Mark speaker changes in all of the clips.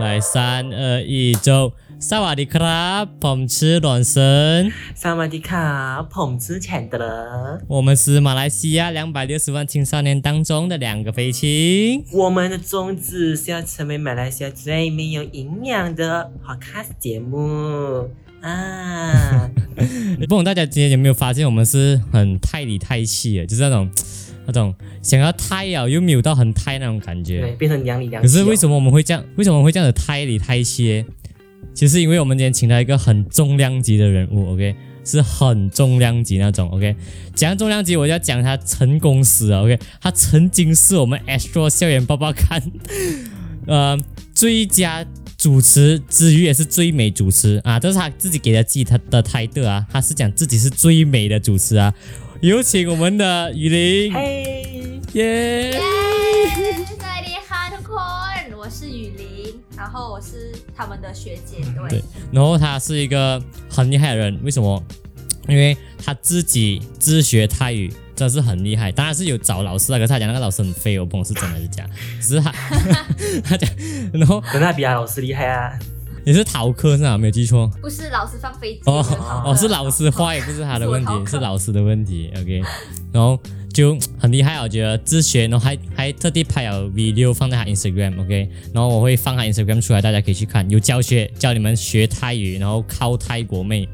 Speaker 1: 来，三二一，走！萨瓦迪克拉，ผม吃卵神，
Speaker 2: 萨瓦迪卡，捧之前的了。
Speaker 1: 我们是马来西亚两百六十万青少年当中的两个飞禽。
Speaker 2: 我们的宗旨是要成为马来西亚最没有营养的 podcast 节目 啊！
Speaker 1: 不懂大家今天有没有发现，我们是很太里太气的，就是那种那种想要太啊，又没有到很太那种感
Speaker 2: 对，
Speaker 1: 觉。
Speaker 2: 变成娘里娘
Speaker 1: 可
Speaker 2: 气哦。
Speaker 1: 是为什么我们会这样？为什么我们会这样的太里太气呢？其实因为我们今天请到一个很重量级的人物，OK，是很重量级那种，OK。讲重量级，我就要讲他成功史啊，OK，他曾经是我们 Astro 校园报报刊， 呃，最佳主持之余也是最美主持啊，这是他自己给他自己他的 title 啊，他是讲自己是最美的主持啊。有请我们的雨林，
Speaker 2: 嘿，
Speaker 1: 耶、
Speaker 3: สวัสดีค่ะทุกคน 我是雨林，然后我是他们的学姐，对，
Speaker 1: 嗯对，然后他是一个很厉害的人，为什么？因为他自己自学泰语，真的是很厉害。当然是有找老师啊，可是他讲那个老师很废，我不懂是真的还是假。只是他 他讲，然后
Speaker 2: 可那比亚老师厉害啊！
Speaker 1: 也是逃课是吧？没有记错。
Speaker 3: 不是老师放飞机，
Speaker 1: 哦
Speaker 3: 我们逃课
Speaker 1: 哦，是老师坏，不是他的问
Speaker 3: 嗯是我逃
Speaker 1: 题，
Speaker 3: 课
Speaker 1: 是老师的问题。OK，然后就很厉害，我哦觉得自学，然后还还特地拍了 video 放在他 Instagram。OK，然后我会放他 Instagram 出来，大家可以去看，有教学教你们学泰语，然后靠泰国妹。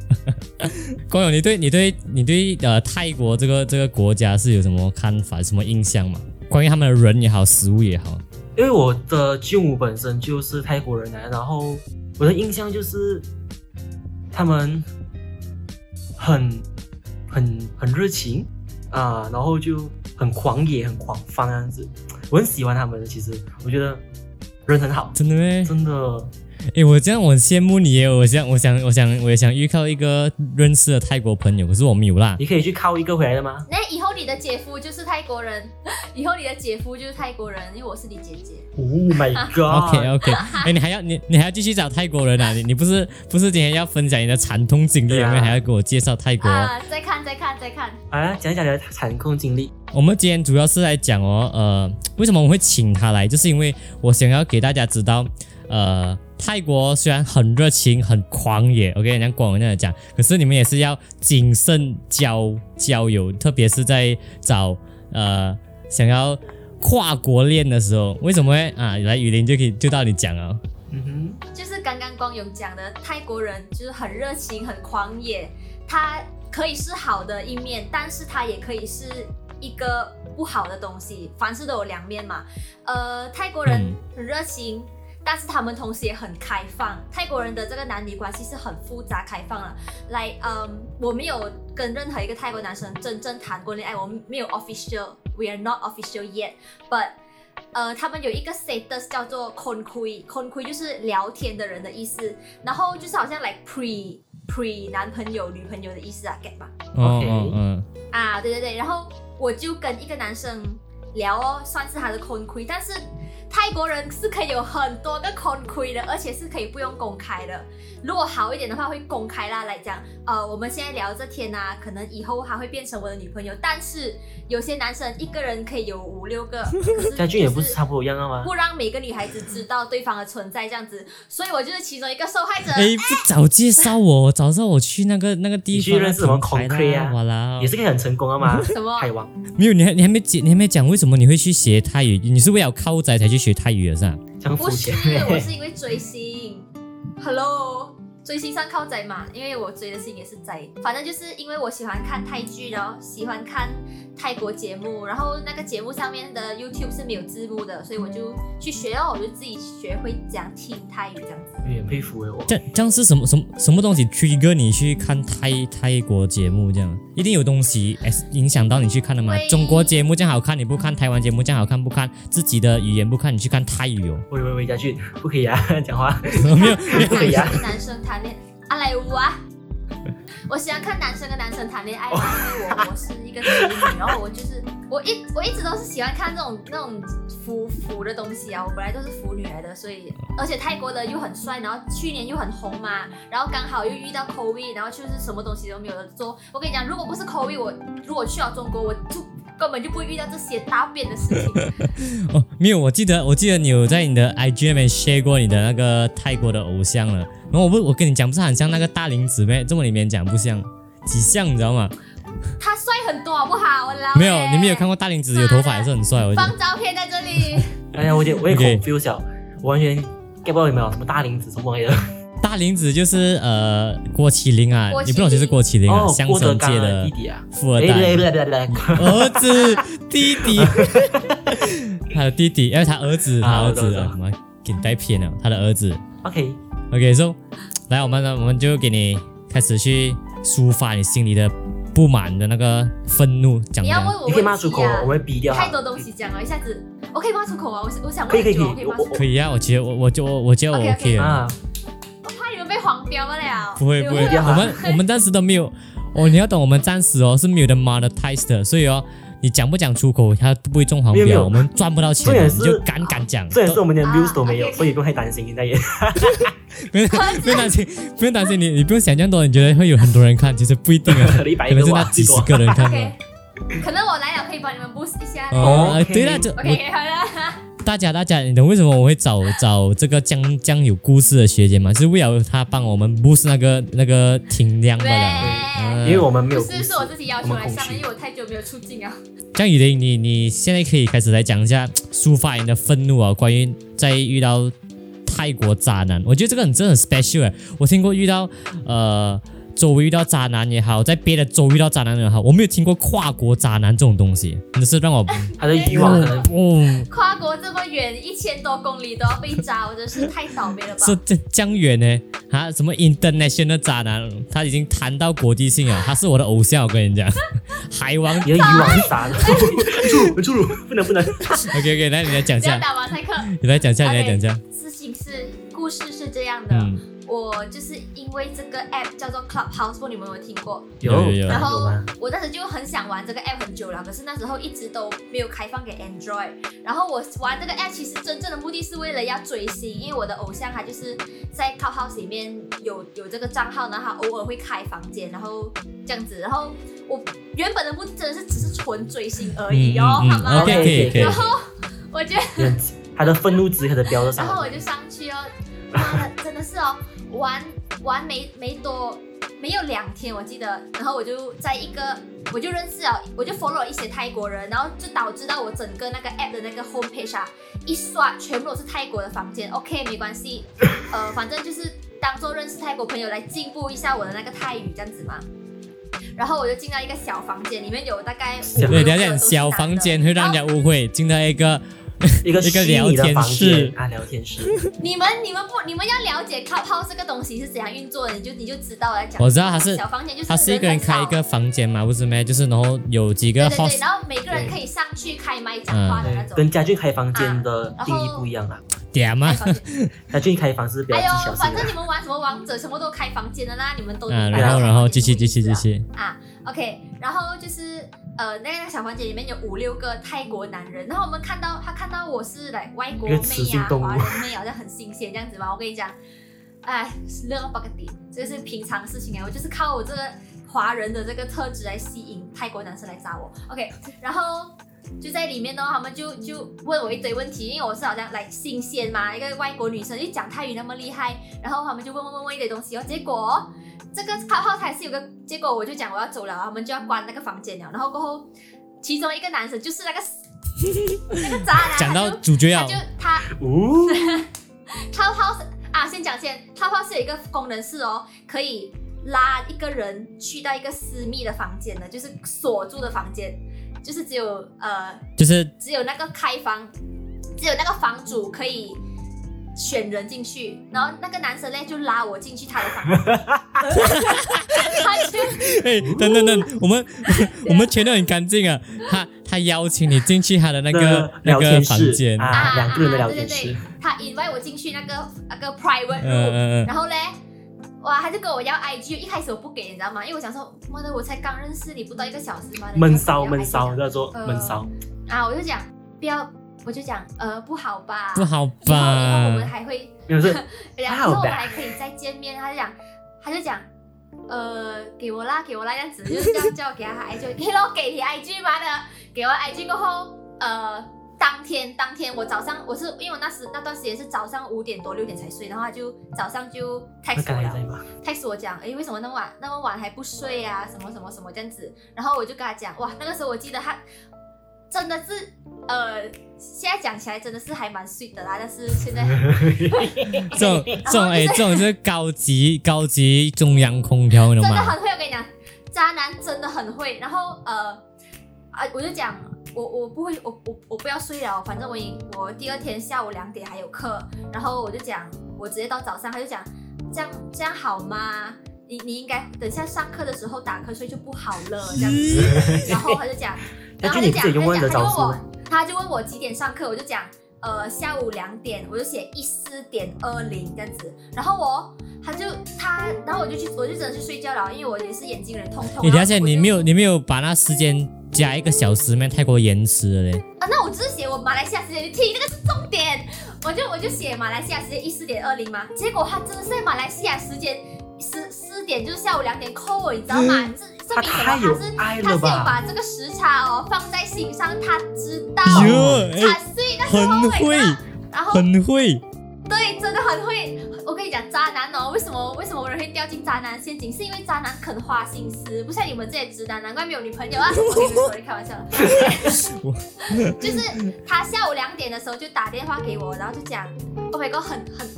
Speaker 1: 光友，你对你对你对呃泰国这个这个国家是有什么看法、什么印象吗？关于他们的人也好，食物也好，
Speaker 2: 因为我的舅母本身就是泰国人啊，然后我的印象就是他们很很很热情啊，然后就很狂野、很狂放这样子。我很喜欢他们的，其实我觉得人很好，
Speaker 1: 真的咩？
Speaker 2: 真的。
Speaker 1: 诶，我这样我很羡慕你耶！我想，我想，我想，我也想遇到一个认识的泰国朋友，可是我没有啦。
Speaker 2: 你可以去靠一个回来的吗？
Speaker 3: 那以后你的姐夫就是泰国人，以后你的姐夫就是泰国人，因为我是你姐姐。
Speaker 2: Oh my god！
Speaker 1: OK OK，哎、你还要你你还要继续找泰国人啊？你你不是不是今天要分享你的惨痛经历，
Speaker 2: 对
Speaker 1: 有
Speaker 2: 啊
Speaker 1: 没有还要给我介绍泰国？
Speaker 3: 啊，再看，再看，再看，
Speaker 2: 啊，讲一讲你的惨痛经历。
Speaker 1: 我们今天主要是来讲哦，呃，为什么我会请他来，就是因为我想要给大家知道，呃，泰国虽然很热情、很狂野，OK，像广文那样讲，可是你们也是要谨慎交交友，特别是在找呃想要跨国恋的时候，为什么会啊？来雨林就可以就到你讲啊了。
Speaker 2: 嗯哼，
Speaker 3: 就是刚刚光勇讲的，泰国人就是很热情，很狂野，他可以是好的一面，但是他也可以是一个不好的东西，凡事都有两面嘛。呃，泰国人
Speaker 1: 嗯
Speaker 3: 很热情。但是他们同时也很开放，泰国人的这个男女关系是很复杂开放了。来、嗯，我没有跟任何一个泰国男生真正谈过恋爱，我们没有 official，we are not official yet，but 呃，他们有一个 status 叫做 con kui con kui 就是聊天的人的意思，然后就是好像 like pre pre 男朋友女朋友的意思啊，get 吧？
Speaker 1: 哦
Speaker 2: OK
Speaker 1: 哦嗯，
Speaker 3: 啊，对对对，然后我就跟一个男生聊哦，算是他的 con kui，但是泰国人是可以有很多个 con kui 的，而且是可以不用公开的。如果好一点的话，会公开啦来讲，呃，我们现在聊这天啊，可能以后还会变成我的女朋友，但是有些男生一个人可以有五六个，可 是
Speaker 2: 家俊也不是
Speaker 3: 就
Speaker 2: 差不多一样的 吗
Speaker 3: 不？让每个女孩子知道对方的存在，这样子，所以我就是其中一个受害者。
Speaker 1: 哎，不早介绍我，早知道我去那个那个地
Speaker 2: 你
Speaker 1: 方
Speaker 2: 去
Speaker 1: 那
Speaker 2: 认识什么
Speaker 1: 平台
Speaker 2: Concrete
Speaker 1: 啦
Speaker 2: 啊
Speaker 1: 哇啦
Speaker 2: 也，是可以很成功的 嘛。
Speaker 3: 什么？
Speaker 2: 海王，
Speaker 1: 没有，你还你还没解，你还没讲为什么你会去学泰语？你是为了靠仔才去学泰语的是吧？
Speaker 2: 这样肤
Speaker 3: 不是
Speaker 2: 浅。，
Speaker 3: 我是因为追星。Hello，追星上靠仔嘛，因为我追的星也是仔。反正就是因为我喜欢看泰剧，然后喜欢看泰国节目，然后那个节目上面的 YouTube 是没有字幕的，所以我就去学哦，我就自己学会讲听泰语这样子。
Speaker 2: 有点 佩服哎，我
Speaker 1: 这样这样是什么什么什么东西 trigger 你去看泰泰国节目这样？一定有东西哎影响到你去看的嘛
Speaker 3: 会？
Speaker 1: 中国节目这样好看你不看，台湾节目这样好看不看，自己的语言不看，你去看泰语 哦？
Speaker 2: 喂喂喂，家俊，不可以啊， 讲话。
Speaker 1: 没有，
Speaker 3: 看
Speaker 2: 对呀
Speaker 3: 男生跟男生谈恋爱，阿莱乌啊！我喜欢看男生跟男生谈恋爱嘛，因为我我是一个直女，然后我就是我一我一直都是喜欢看那种那种腐腐的东西啊，我本来都是腐女来的，所以而且泰国的又很帅，然后去年又很红嘛，然后刚好又遇到 COVID，然后就是什么东西都没有的做。我跟你讲，如果不是 COVID，我如果去了中国，我就根本就不会遇到这些大变的事情。
Speaker 1: 哦，没有，我记得我记得你有在你的 IG 里面 share 过你的那个泰国的偶像了。然后我不我跟你讲，不是很像那个大龄姊妹，这么里面讲不像，几像你知道吗？
Speaker 3: 他帅很多好不好？我老
Speaker 1: 没有，你没有看过大龄子有头发也是很帅，我觉得
Speaker 3: 放照片在这里。
Speaker 2: 哎呀，我有点我也
Speaker 1: OK
Speaker 2: confuse 了，我完全 get 不到你们有什么大林子什么玩意儿。
Speaker 1: 大龄子就是呃郭麒麟啊
Speaker 3: 郭麒，麟
Speaker 1: 你不懂谁是郭麒麟啊？
Speaker 2: 哦，
Speaker 1: 香
Speaker 2: 郭德
Speaker 1: 神
Speaker 2: 纲
Speaker 1: 界
Speaker 2: 啊
Speaker 1: 的
Speaker 2: 弟弟啊，
Speaker 1: 富二
Speaker 2: 哎对
Speaker 1: 代，
Speaker 2: 对对对 对，
Speaker 1: 儿子弟 弟，他的弟弟，因为他儿子，他
Speaker 2: 啊
Speaker 1: 儿
Speaker 2: 我
Speaker 1: 子
Speaker 2: 懂我懂
Speaker 1: 啊，我们给你带偏了，他的儿子。
Speaker 2: OK，
Speaker 1: OK，so、来，我们呢，我们就给你开始去抒发你心里的不满的那个愤怒，讲
Speaker 3: 你要问
Speaker 1: 讲。
Speaker 3: 我
Speaker 2: 你可以骂出
Speaker 3: 问
Speaker 2: 口哦
Speaker 3: 题啊，
Speaker 2: 我会逼掉他
Speaker 3: 太。多东西讲了，一下子我可以骂出口啊！我想我想
Speaker 2: 可以
Speaker 3: 问
Speaker 2: 可以
Speaker 3: 久，我
Speaker 2: 可以
Speaker 3: 骂出口。
Speaker 1: 可以啊，我觉得我我就我我觉得我
Speaker 3: OK，OK
Speaker 1: OK 了
Speaker 2: 啊，
Speaker 3: 我怕你们被黄标了了。
Speaker 1: 不会不会，
Speaker 3: 你们
Speaker 1: 我们我们暂时都没有哦，你要懂，我们暂时哦是没有的 monetize 的，所以哦。你讲不讲出口，它都不会中黄
Speaker 2: 没有没
Speaker 1: 标，
Speaker 2: 有
Speaker 1: 我们赚不到钱
Speaker 2: 重
Speaker 1: 的，
Speaker 2: 点
Speaker 1: 你就是敢敢讲，
Speaker 2: 这也是我们连
Speaker 3: 啊
Speaker 2: views 都没有，
Speaker 3: OK
Speaker 2: 所以不用太担心，现在也。
Speaker 1: 不用 不用担心，不用担心，你你不用想这样多，你觉得会有很多人看，其实不一定啊，
Speaker 2: 可能100
Speaker 1: 可能是
Speaker 2: 个吧
Speaker 1: 那几十
Speaker 2: 最多
Speaker 1: 个人看吧。
Speaker 3: OK，可能我来了可以帮你们 boost 一下。
Speaker 1: 哦，哎
Speaker 2: OK
Speaker 1: 对了，这我
Speaker 3: OK，可以好了。
Speaker 1: 大家，大家，你懂为什么我会找找这个江江有故事的学姐吗？是为了她帮我们 boost 那个那个听量罢了。
Speaker 3: 对，
Speaker 1: 嗯
Speaker 2: 因为我们没
Speaker 3: 不
Speaker 2: 有
Speaker 3: 是是我自己要求
Speaker 2: 我
Speaker 3: 来
Speaker 2: 们空
Speaker 3: 上的，
Speaker 2: 虚
Speaker 3: 因为我太久没有出镜了。
Speaker 1: 江雨玲，你你现在可以开始来讲一下抒发你的愤怒啊，关于在遇到泰国渣男，我觉得这个很真的很 special 哎。我听过遇到呃周围遇到渣男也好，在别的州遇到渣男也好，我没有听过跨国渣男这种东西，真的是让我
Speaker 2: 他的欲望可能
Speaker 1: 哦，
Speaker 3: 跨国这么远，一千多公里都要被扎，我真是太倒霉了吧！
Speaker 1: 这这江远呢？啊，什么 international 渣男，他已经谈到国际性了，他是我的偶像，我跟你讲， 海王。
Speaker 2: 你的欲望是啥 的？
Speaker 3: 哎
Speaker 2: 出出辱，不能不能。
Speaker 1: OK OK，来你来讲一
Speaker 3: 不要
Speaker 1: 下，
Speaker 3: 打马赛克。
Speaker 1: 你来讲一下，你来讲一下。
Speaker 3: 事情是故事是这样的，
Speaker 1: 嗯，
Speaker 3: 我就是因为这个 app 叫做 Clubhouse，不知道你们有没有听过？
Speaker 1: 有有有
Speaker 3: 然
Speaker 2: 有
Speaker 3: 后
Speaker 2: 吗？
Speaker 3: 我当时就很想玩这个 app 很久了，可是那时候一直都没有开放给 Android。然后我玩这个 app 其实真正的目的是为了要追星，因为我的偶像他就是在 Clubhouse 里面有有这个账号，然后他偶尔会开房间，然后这样子。然后我原本的目的真的是只是纯追星而已哦，好
Speaker 1: 嗯
Speaker 3: 吗？
Speaker 1: ，OK 可以可以
Speaker 3: 然，后我觉得。
Speaker 2: 他的愤怒值可能标得
Speaker 3: 然
Speaker 2: 上。
Speaker 3: 后我就上去哦，妈的，真的是哦，玩玩没没多，没有两天我记得，然后我就在一个，我就认识了，我就 follow 了一些泰国人，然后就导致到我整个那个 app 的那个 homepage 啊，一刷全部都是泰国的房间，OK 没关系，呃，反正就是当做认识泰国朋友来进步一下我的那个泰语这样子嘛。然后我就进到一个小房间，里面有大概五
Speaker 2: 小
Speaker 1: 对，
Speaker 3: 六
Speaker 1: 你
Speaker 3: 个
Speaker 1: 要
Speaker 3: 都是
Speaker 1: 讲
Speaker 3: 男
Speaker 1: 小
Speaker 3: 的
Speaker 1: 房间会
Speaker 3: 然
Speaker 1: 让
Speaker 3: 后
Speaker 1: 人家误会，进到一个
Speaker 2: 一个虚拟
Speaker 1: 一个聊
Speaker 2: 的房
Speaker 1: 天室
Speaker 2: 间啊，聊天室。
Speaker 3: 你们你们不你们要了解 Clubhouse 这个东西是怎样运作的，你就你就知道来讲。
Speaker 1: 我知道它是
Speaker 3: 小房间，就是
Speaker 1: 他是一个人
Speaker 3: 人很少
Speaker 1: 开一个房间嘛，不是咩？就是然后有几
Speaker 3: 对
Speaker 1: 个
Speaker 3: 对对，
Speaker 1: host，
Speaker 3: 然后每个人可以上去开麦讲话的那种。
Speaker 2: 跟家俊开房间的定义不一样啊，
Speaker 1: 点嘛
Speaker 3: 开，房间
Speaker 2: 家俊开房是比较
Speaker 3: 哎
Speaker 2: 技巧
Speaker 3: 呦，
Speaker 2: 性
Speaker 3: 反
Speaker 2: 的
Speaker 3: 正。你们玩什么王者，什么都开房间的啦，你们都明白
Speaker 1: 啊，
Speaker 3: 啦。
Speaker 1: 然后然后继续
Speaker 3: 这
Speaker 1: 继
Speaker 3: 个
Speaker 1: 续继
Speaker 3: 意思啊
Speaker 1: 续，
Speaker 3: 啊，OK，然后就是呃，那个那个小房间里面有五六个泰国男人，然后我们看到他看到我是来外国
Speaker 2: 一个
Speaker 3: 妹
Speaker 2: 雌性
Speaker 3: 呀、
Speaker 2: 动物
Speaker 3: 华人妹啊，好像很新鲜这样子嘛。我跟你讲，哎，乐到爆个底，这是平常事情啊。我就是靠我这个华人的这个特质来吸引泰国男生来找我。OK，然后。就在里面呢，他们就就问我一堆问题，因为我是好像来新鲜嘛，一个外国女生就讲泰语那么厉害，然后他们就问问问问一堆东西哦，结果这个泡泡台是有个结果，我就讲我要走了，他们就要关那个房间了。然后过后，其中一个男生就是那个那个渣男，
Speaker 1: 讲到
Speaker 3: 他就
Speaker 1: 主角啊
Speaker 3: 他
Speaker 1: 要
Speaker 3: 就他
Speaker 2: 呜，
Speaker 3: 泡泡是啊，先讲先，泡泡是有一个功能是哦，可以拉一个人去到一个私密的房间的，就是锁住的房间，就是只有呃
Speaker 1: 就是
Speaker 3: 只有那个开房，只有那个房主可以选人进去，然后那个男生呢就拉我进去他的房间，他就
Speaker 1: 哎，等等等，我们我们全都很干净啊。他他邀请你进去他的那个那
Speaker 2: 聊
Speaker 1: 个
Speaker 2: 天
Speaker 1: 房
Speaker 2: 室
Speaker 1: 间，嗯
Speaker 2: 啊，两个人的聊
Speaker 3: 对
Speaker 2: 天
Speaker 3: 对
Speaker 2: 室
Speaker 3: 对，，他引外我进去那个那个 private room，、
Speaker 1: 嗯嗯
Speaker 3: 然后嘞。哇，他就跟我要 IG，一开始我不给，你知道吗？因为我想说，妈的，我才刚认识你不到一个小时嘛，
Speaker 2: 闷骚闷骚
Speaker 3: 骚
Speaker 2: 叫做
Speaker 3: 呃
Speaker 2: 闷骚，
Speaker 3: 啊！我就讲不要，我就讲呃不好 吧，
Speaker 1: 不好
Speaker 3: 以后以后我们
Speaker 1: 吧？
Speaker 3: 还会
Speaker 2: 没有是
Speaker 3: 然
Speaker 2: 好
Speaker 3: 后我们
Speaker 2: 吧
Speaker 3: 还可以再见面。他就讲，他就讲， 呃，给我啦，给我啦，这样子就是这样叫我给他 IG，给咯，给你 IG 嘛的。给完 IG 过后，呃，当天当天我早上我是因为我那时那段时间是早上五点多六点才睡，然后他就早上就
Speaker 2: 那
Speaker 3: text
Speaker 2: 刚
Speaker 3: 我
Speaker 2: 才
Speaker 3: 了
Speaker 2: 在。吗？
Speaker 3: text 我讲，诶，为什么那么晚那么晚还不睡啊？什么什么什么这样子，然后我就跟他讲，哇，那个时候我记得他真的是，呃，现在讲起来真的是还蛮 sweet 的啦，但是现 在
Speaker 1: 这种
Speaker 3: 然后
Speaker 1: 这种哎，这种是高级高级中央空调，你懂
Speaker 3: 真的
Speaker 1: 吗？
Speaker 3: 很会，我跟你讲，渣男真的很会。然后呃啊，我就讲我我不会，我我我不要睡了，反正我已经我第二天下午两点还有课，然后我就讲我直接到早上，他就讲这样这样好吗？你你应该等下上课的时候打瞌睡就不好了这样子，然后他就讲，
Speaker 2: 那
Speaker 3: 然后
Speaker 2: 就哎你
Speaker 3: 他就
Speaker 2: 自
Speaker 3: 讲，
Speaker 2: 己用
Speaker 3: 他
Speaker 2: 万
Speaker 3: 就
Speaker 2: 的
Speaker 3: 讲，
Speaker 2: 招
Speaker 3: 他就问
Speaker 2: 数
Speaker 3: 我，，他就问我几点上课，我就讲呃下午两点，我就写一四点二零这样子，然后我他就他，然后我就去我就真的去睡觉了，因为我也是眼睛有点痛痛。
Speaker 1: 你而且
Speaker 3: 然后我就
Speaker 1: 你没有你没有把那时间加一个小时，没太过延迟了嘞。
Speaker 3: 啊？那我只是写我马来西亚时间，你听这个是重点，我就我就写马来西亚时间一四点二零嘛，结果他真的是在马来西亚时间十四点就是下午两点扣我，你知道吗？这这
Speaker 2: 嗯他
Speaker 3: 明显他
Speaker 2: 太有
Speaker 3: 是
Speaker 2: 爱
Speaker 3: 他是
Speaker 2: 了
Speaker 3: 有
Speaker 2: 吧？
Speaker 3: 把这个时差哦放在心上，他知道。
Speaker 1: 哟，
Speaker 3: 啊
Speaker 1: 哎，，
Speaker 3: 所以那 时候
Speaker 1: 很
Speaker 3: 我
Speaker 1: 会
Speaker 3: 也知道，然后
Speaker 1: 很会。
Speaker 3: 对，真的很会。我跟你讲，渣男哦，为什么为什么人会掉进渣男陷阱？是因为渣男肯花心思，不像你们这些直男，难怪没有女朋 友啊。我跟你们说，开玩笑的。就是他下午两点的时候就打电话给我，然后就讲，Oh my god，很很，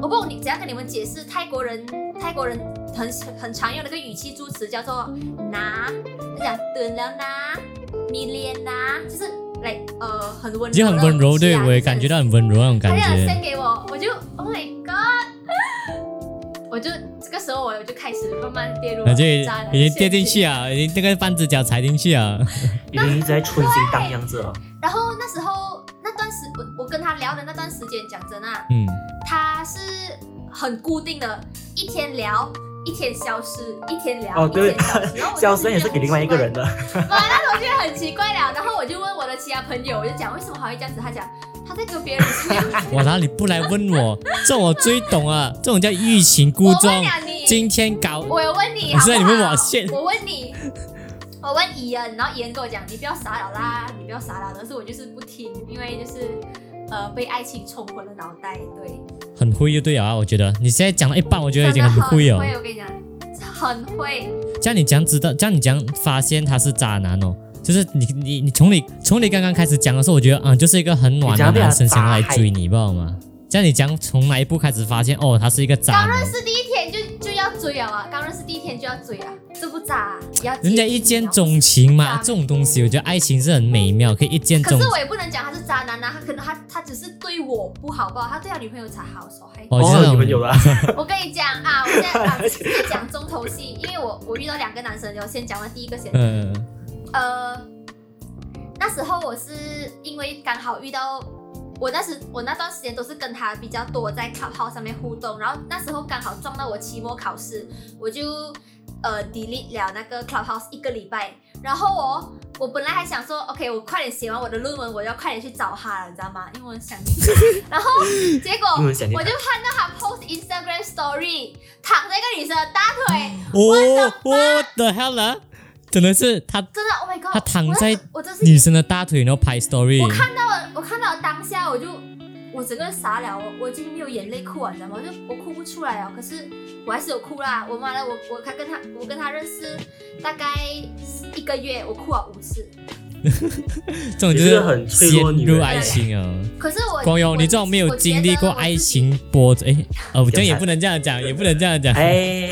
Speaker 3: 我不懂你怎样跟你们解释泰国人泰国人很很常用的一个语气助词叫做拿，就讲等了拿，迷恋拿，就是来呃很温柔的语气
Speaker 1: 就
Speaker 3: 啊，
Speaker 1: 很温柔，对我也
Speaker 3: 就是
Speaker 1: 感觉到很温柔那种感
Speaker 3: 他就
Speaker 1: 觉。
Speaker 3: send 给我，我就 Oh my God，我就这个时候我就开始慢慢跌入了
Speaker 1: 感觉
Speaker 3: 渣男
Speaker 1: 已经跌进
Speaker 3: 陷阱
Speaker 1: 去。啊，已经那个半只脚踩进去啊。
Speaker 2: 已经一直在春心荡漾着了。
Speaker 3: 然后那时候那段时我我跟他聊的那段时间，讲真啊，
Speaker 1: 嗯，
Speaker 3: 他是很固定的，一天聊。一天消失，一天聊，
Speaker 2: 哦，对
Speaker 3: 一天消失，然后，我
Speaker 2: 肖
Speaker 3: 就
Speaker 2: 申也是给另外一个人的。
Speaker 3: 哇，那时候觉得很奇怪了。然后我就问我的其他朋友，我就讲为什么还会这样子？他讲他在跟别人 这样
Speaker 1: 我哪里不来问我？这我最懂啊，这种叫欲擒故
Speaker 3: 我问
Speaker 1: 纵。
Speaker 3: 了你，
Speaker 1: 今天搞
Speaker 3: 我有问你，
Speaker 1: 我
Speaker 3: 好不
Speaker 1: 知
Speaker 3: 好？
Speaker 1: 道你问我线
Speaker 3: 我问你，我问伊恩，然后伊恩跟我讲，你不要傻了啦，你不要傻了。可是我就是不听，因为就是呃被爱情冲昏了脑袋，对，
Speaker 1: 很灰就对了啊，我觉得你现在讲到一半，我觉得已
Speaker 3: 真
Speaker 1: 经
Speaker 3: 的
Speaker 1: 很哦
Speaker 3: 会
Speaker 1: 灰了。
Speaker 3: 我跟你讲，很会。
Speaker 1: 这样你讲知道，这样你讲发现他是渣男哦。就是你你你从你从你刚刚开始讲的时候，我觉得啊、就是一个很暖
Speaker 2: 你
Speaker 1: 的
Speaker 2: 讲到
Speaker 1: 男生
Speaker 2: 被他
Speaker 1: 想要来
Speaker 2: 杀害
Speaker 1: 追你，不知道吗？这样你讲从哪一步开始发现哦，他是一个渣
Speaker 3: 刚
Speaker 1: 男
Speaker 3: 认？识第一天就就要追了啊，刚认识第一天就要追啊，这不渣、啊，也要接
Speaker 1: 人家一见钟情嘛，这种东西我觉得爱情是很美妙，可以一见
Speaker 3: 可
Speaker 1: 钟
Speaker 3: 是我也不能讲他是渣男啊，他可能他他只是对我不好不好，他对他女朋友才好，手还
Speaker 1: 哦，就是那
Speaker 2: 你
Speaker 1: 种
Speaker 2: 们有了，
Speaker 3: 我跟你讲啊，我现在啊直接讲重头戏，因为我我遇到两个男生，我先讲完第一个先。
Speaker 1: 嗯，
Speaker 3: 呃，那时候我是因为刚好遇到。我那时我那段时间都是跟他比较多在 Clubhouse 上面互动，然后那时候刚好撞到我期末考试，我就呃 delete 了那个 Clubhouse 一个礼拜，然后我我本来还想说 OK 我快点写完我的论文，我要快点去找他了，你知道吗？因为我很想念他，然后 结果
Speaker 2: 因为很想念他
Speaker 3: 我就看到他 post Instagram story 躺在一个女生的大腿，
Speaker 1: 哦，What the hell 啊真的是他
Speaker 3: 真的 Oh my God，
Speaker 1: 他躺
Speaker 3: 我
Speaker 1: 在
Speaker 3: 我真是
Speaker 1: 女生的大腿，然后拍 story，
Speaker 3: 我看到了，我看到了当下，我就我整个人傻了，我我已经没有眼泪哭了，你知道吗？我就我哭不出来了，可是我还是有哭啦。我妈的，我我他跟他我跟他认识大概一个月，我哭了五次。
Speaker 1: 这种就
Speaker 2: 你是个很脆
Speaker 1: 陷
Speaker 2: 弱的女人
Speaker 1: 入爱情啊。
Speaker 3: 可是我
Speaker 1: 光友，
Speaker 3: 我
Speaker 1: 你这种没有经历过爱，情波，哎，哦，这样也不能这样讲，也 不能这样讲。
Speaker 2: 哎，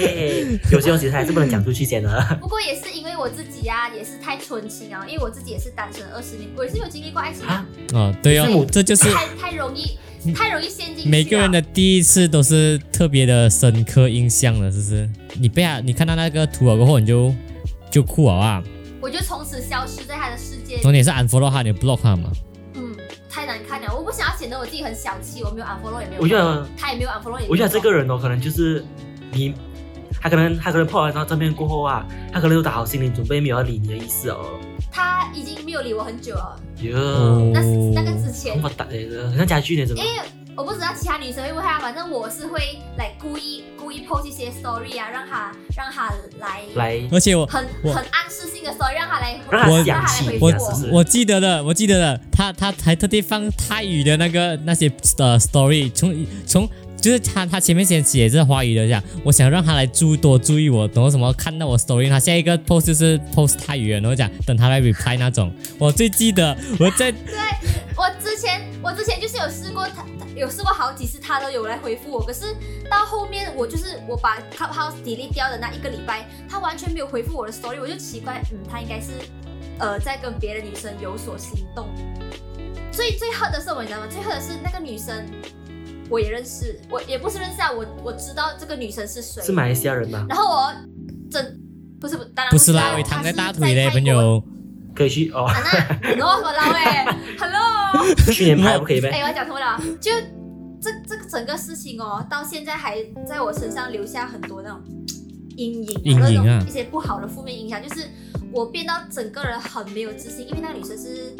Speaker 2: 有些东西还是不能讲出去先的
Speaker 3: 我。不过也是因为我自己呀、也是太纯情啊，因为我自己也是单身二十年，我也是有经历过爱情啊，
Speaker 1: 哦，对哦，这就是嗯
Speaker 3: 太太容易太容易陷进去了。啊
Speaker 1: 每个人的第一次都是特别的深刻印象了，是不是？你被他，你看到那个图了过后，你就就哭了啊。
Speaker 3: 我就从此消失在他的世界里
Speaker 1: 重点是 unfollow 他，你 block 他嘛。
Speaker 3: 嗯，太难看了，我不想要显得我自己很小气，我没有 unfollow 也没有，
Speaker 2: 我觉得
Speaker 3: 他也没有 unfollow 也没有，
Speaker 2: 我觉得这个人哦，可能就是你，他可能他可能破完张照片过后啊，他可能有打好心理准备，没有要理你的意思哦。
Speaker 3: 他已经没有理我很久了，
Speaker 2: 哟，
Speaker 1: 哦
Speaker 3: 那、那个之前
Speaker 2: 那，么打的，很像家具那种
Speaker 3: 因。为我不知道其他女生会不会啊，反正我是会来故意故意 post 一些 story 啊，让他让他来
Speaker 2: 来
Speaker 1: 而且我
Speaker 3: 很
Speaker 1: 我
Speaker 3: 很暗示性的 story，让他来
Speaker 2: 让
Speaker 1: 我
Speaker 2: 他
Speaker 3: 让
Speaker 2: 想
Speaker 3: 他来
Speaker 2: 起
Speaker 3: 回
Speaker 2: 一
Speaker 3: 复
Speaker 1: 我
Speaker 2: 下，是不是？
Speaker 1: 我记得的，我记得的，他他还特地放泰语的那个那些呃 story，从从就是他他前面先写着华语的这样，我想让他来注多注意我，然后什么看到我 story，他下一个 post 就是 post 泰语的，然后讲等他来 reply 那种，我最记得我在
Speaker 3: 我之前我之前就是有试过他，他有试过好几次，他都有来回复我。可是到后面我就是我把 Clubhouse delete 掉的那一个礼拜，他完全没有回复我的 story，我就奇怪，嗯，他应该是呃在跟别的女生有所行动。最最恨的是什么，你知道吗？最恨的是那个女生，我也认识，我也不是认识啊，我我知道这个女生是谁。
Speaker 2: 是马来西亚人吗？
Speaker 3: 然后我整不是不当然
Speaker 1: 不是啦，
Speaker 3: 啦，
Speaker 1: 我
Speaker 3: 我
Speaker 1: 躺在大腿嘞，朋。友，
Speaker 2: 可以去哦，
Speaker 3: 啊那我什么老哎，Hello。
Speaker 2: 去年牌不可以
Speaker 3: 哎、
Speaker 2: 呗？
Speaker 3: 我讲错了，就这这个整个事情哦，到现在还在我身上留下很多那种阴影，
Speaker 1: 阴影啊
Speaker 3: 那种一些不好的负面影响，就是我变到整个人很没有自信，因为那个女生是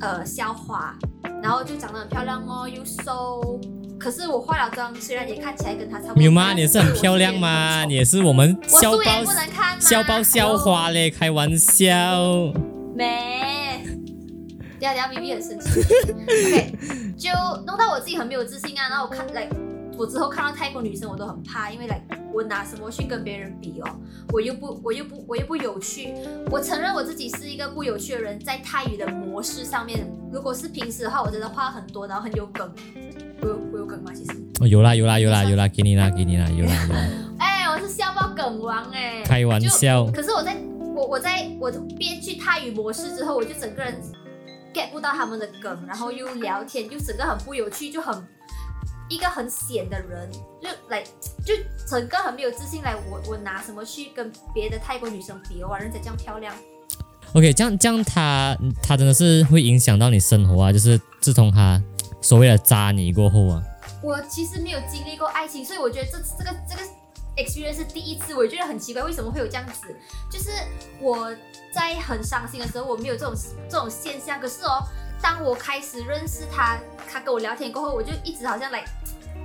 Speaker 3: 呃校花，然后就长得很漂亮哦，又瘦。可是我化了妆，虽然也看起来跟她差不多。
Speaker 1: 米妈你也是很漂亮嘛，你也是我们
Speaker 3: 我
Speaker 1: 校
Speaker 3: 素
Speaker 1: 包
Speaker 3: 颜不能看吗？啊
Speaker 1: 校包校花嘞，开玩笑。
Speaker 3: 没，等一下等一下，咪咪很生气。OK，就弄到我自己很没有自信啊。然后我看，来，我之后看到泰国女生我都很怕，因为来我拿什么去跟别人比哦？我又不，我又不，我又不有趣。我承认我自己是一个不有趣的人，在泰语的模式上面，如果是平时的话，我真的话很多，然后很有梗。我有我有梗吗？其实，
Speaker 1: 哦，有啦有啦有啦有啦，给你啦给你啦有啦有啦，
Speaker 3: 哎、我是笑爆梗王哎、
Speaker 1: 开玩
Speaker 3: 就
Speaker 1: 笑。
Speaker 3: 可是我在我我在我编去泰语模式之后，我就整个人 get 不到他们的梗，然后又聊天，就整个很不有趣，就很一个很显的人，就来就整个很没有自信。来，我我拿什么去跟别的泰国女生比？哇，人家这样漂亮，
Speaker 1: OK，这样这样他他真的是会影响到你生活啊，就是自从他所谓的渣你过后啊，
Speaker 3: 我其实没有经历过爱情，所以我觉得这这个这个 experience 是第一次，我觉得很奇怪，为什么会有这样子？就是我在很伤心的时候，我没有这种这种现象。可是哦，当我开始认识他，他跟我聊天过后，我就一直好像来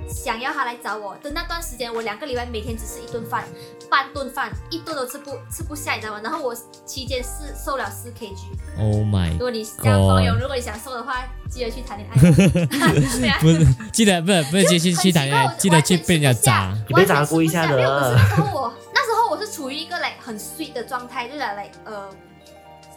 Speaker 3: 想要他来找我的那段时间，我两个礼拜每天只吃一顿饭，半顿饭，一顿都吃不吃不下，你知道吗？然后我期间是瘦了四 kg。
Speaker 1: Oh
Speaker 3: 如
Speaker 1: my，
Speaker 3: 果你这样朋友，
Speaker 1: God
Speaker 3: 如果你想瘦的话，记得去谈恋爱。对 啊
Speaker 1: 不是记得不是不是去去去谈恋爱，记得去被人家渣。
Speaker 2: 你被砸过一下的
Speaker 3: 的。没有，可是那时候我那时候我是处于一个来很 sweet 的状态，就是来呃，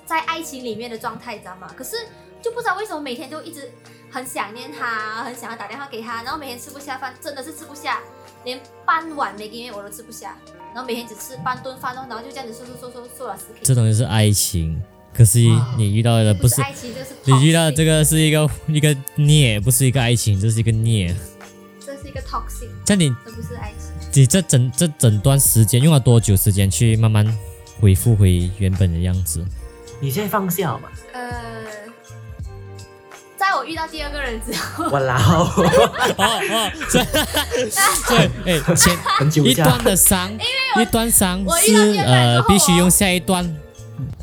Speaker 3: 在爱情里面的状态，你知道吗？可是就不知道为什么每天都一直很想念他，很想要打电话给他，然后每天吃不下饭，真的是吃不下，连半碗没给我都吃不下，然后每天只吃半顿饭哦，然后就这样子瘦瘦瘦瘦瘦了十 K。
Speaker 1: 这种就是爱情，可惜
Speaker 2: 哇
Speaker 1: 你遇到的不
Speaker 3: 不是
Speaker 1: 是
Speaker 3: 爱情，就是
Speaker 1: 你遇到的这
Speaker 3: 个，
Speaker 1: 个是一个一个孽，不是一个爱情，这是一个孽。
Speaker 3: 这是一个 toxic，
Speaker 1: 像你
Speaker 3: 这不是爱情。
Speaker 1: 你这整这整段时间用了多久时间去慢慢恢复回原本的样子？
Speaker 2: 你现在放下好吗？
Speaker 3: 呃，在我遇到第二个人之后，
Speaker 2: 我老
Speaker 1: 哦哦，这对，哎，前
Speaker 2: 很久
Speaker 1: 一
Speaker 2: 一下
Speaker 1: 段的伤，一段伤
Speaker 3: 我遇到
Speaker 1: 是
Speaker 3: 第二个人
Speaker 1: 呃
Speaker 3: 之后
Speaker 1: 必须
Speaker 3: 哦
Speaker 1: 用下一段。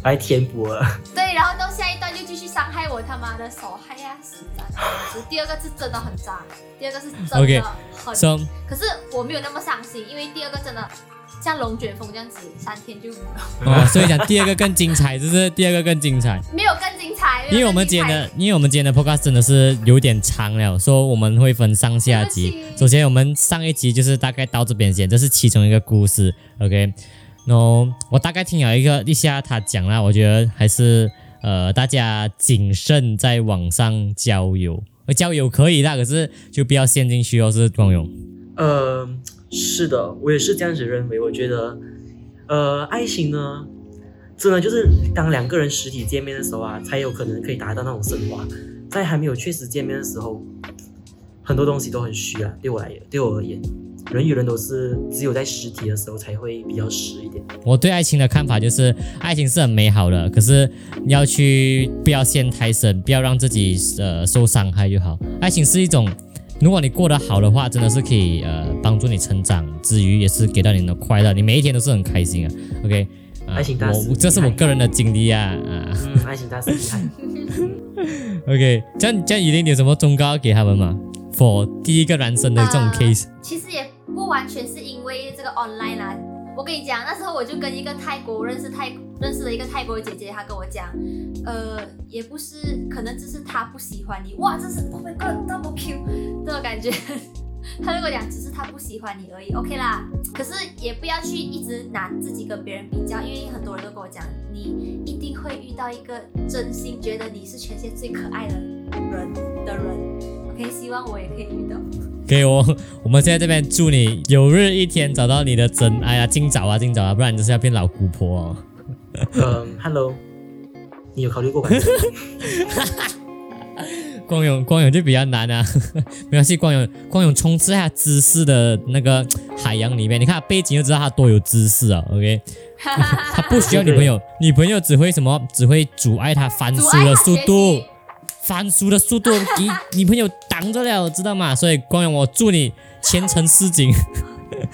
Speaker 2: 来填补了。
Speaker 3: 对，然后到下一段就继续伤害我他妈的手，害呀死渣男！只是第二个是真的很渣，第二个是真的很
Speaker 1: OK，
Speaker 3: 渣
Speaker 1: So
Speaker 3: 可是我没有那么伤心，因为第二个真的像龙卷风这样子，三天就没有
Speaker 1: 哦， 所以讲第二个更精彩，就是第二个更精彩，
Speaker 3: 没有更精哎彩。
Speaker 1: 因为我们今天的，因为我们今天的 podcast 真的是有点长了，说我们会分上下集
Speaker 3: 对不。起
Speaker 1: 首先，我们上一集就是大概到这边先，这是其中一个故事，OK。然后我大概听了一个一下他讲啦，我觉得还是呃大家谨慎在网上交友，呃交友可以啦，可是就不要陷进去哦，是光勇。
Speaker 2: 呃，是的，我也是这样子认为。我觉得，呃，爱情呢，真的就是当两个人实体见面的时候啊，才有可能可以达到那种升华。在还没有确实见面的时候，很多东西都很虚啊。对我来，对我而言，人与人都是只有在实体的时候才会比较实一点。
Speaker 1: 我对爱情的看法就是，爱情是很美好的，可是要去不要陷太深，不要让自己呃受伤害就好。爱情是一种，如果你过得好的话，真的是可以呃帮助你成长，之余也是给到你的快乐，你每一天都是很开心啊。OK，、啊，
Speaker 2: 爱情大师
Speaker 1: 我这是我个人的经历啊 啊。
Speaker 2: 嗯，爱情大师厉害。
Speaker 1: OK，这样这样，雨林你有什么忠告要给他们吗？ for 第一个男生的这种
Speaker 2: 啊
Speaker 3: 呃
Speaker 1: case，、
Speaker 3: 其实也不完全是因为这个 online 啦。我跟你讲，那时候我就跟一个泰国认识泰认识了一个泰国姐姐，她跟我讲，呃，也不是，可能只是她不喜欢你。哇，这是 Oh my God double Q 这种感觉。 她就跟我讲，只是她不喜欢你而已，OK 啦。可是也不要去一直拿自己跟别人比较，因为很多人都跟我讲，你一定会遇到一个真心觉得你是全世界最可爱的人的人。OK，希望我也可以遇到。
Speaker 1: 给我，我们现在这边祝你有日一天找到你的真爱啊！尽早啊，尽早啊，不然你就是要变老姑婆哦。
Speaker 2: 嗯，Hello，你有考虑过感情？
Speaker 1: 光勇，光勇就比较难啊， 没关系，光勇，光勇冲刺在他知识的那个海洋里面，你看他背景就知道他多有知识啊。OK，他不需要女朋友，女朋友只会什么？只会阻碍他翻
Speaker 3: 阻
Speaker 1: 书
Speaker 3: 碍
Speaker 1: 嗯的
Speaker 3: 他
Speaker 1: 速
Speaker 3: 学
Speaker 1: 度
Speaker 3: 习，
Speaker 1: 翻书的速度给女朋友挡着了，知道吗？所以光勇，我祝你前程似锦。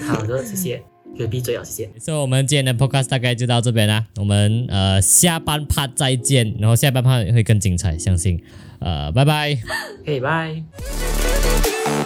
Speaker 2: 好的，谢嗯谢，可以闭嘴了，啊谢谢。
Speaker 1: 所以我们今天的 podcast 大概就到这边啦，我们呃下半 part 再见，然后下半 part 会更精彩，相信，呃，拜拜。
Speaker 2: 可以，拜。
Speaker 4: Thank you.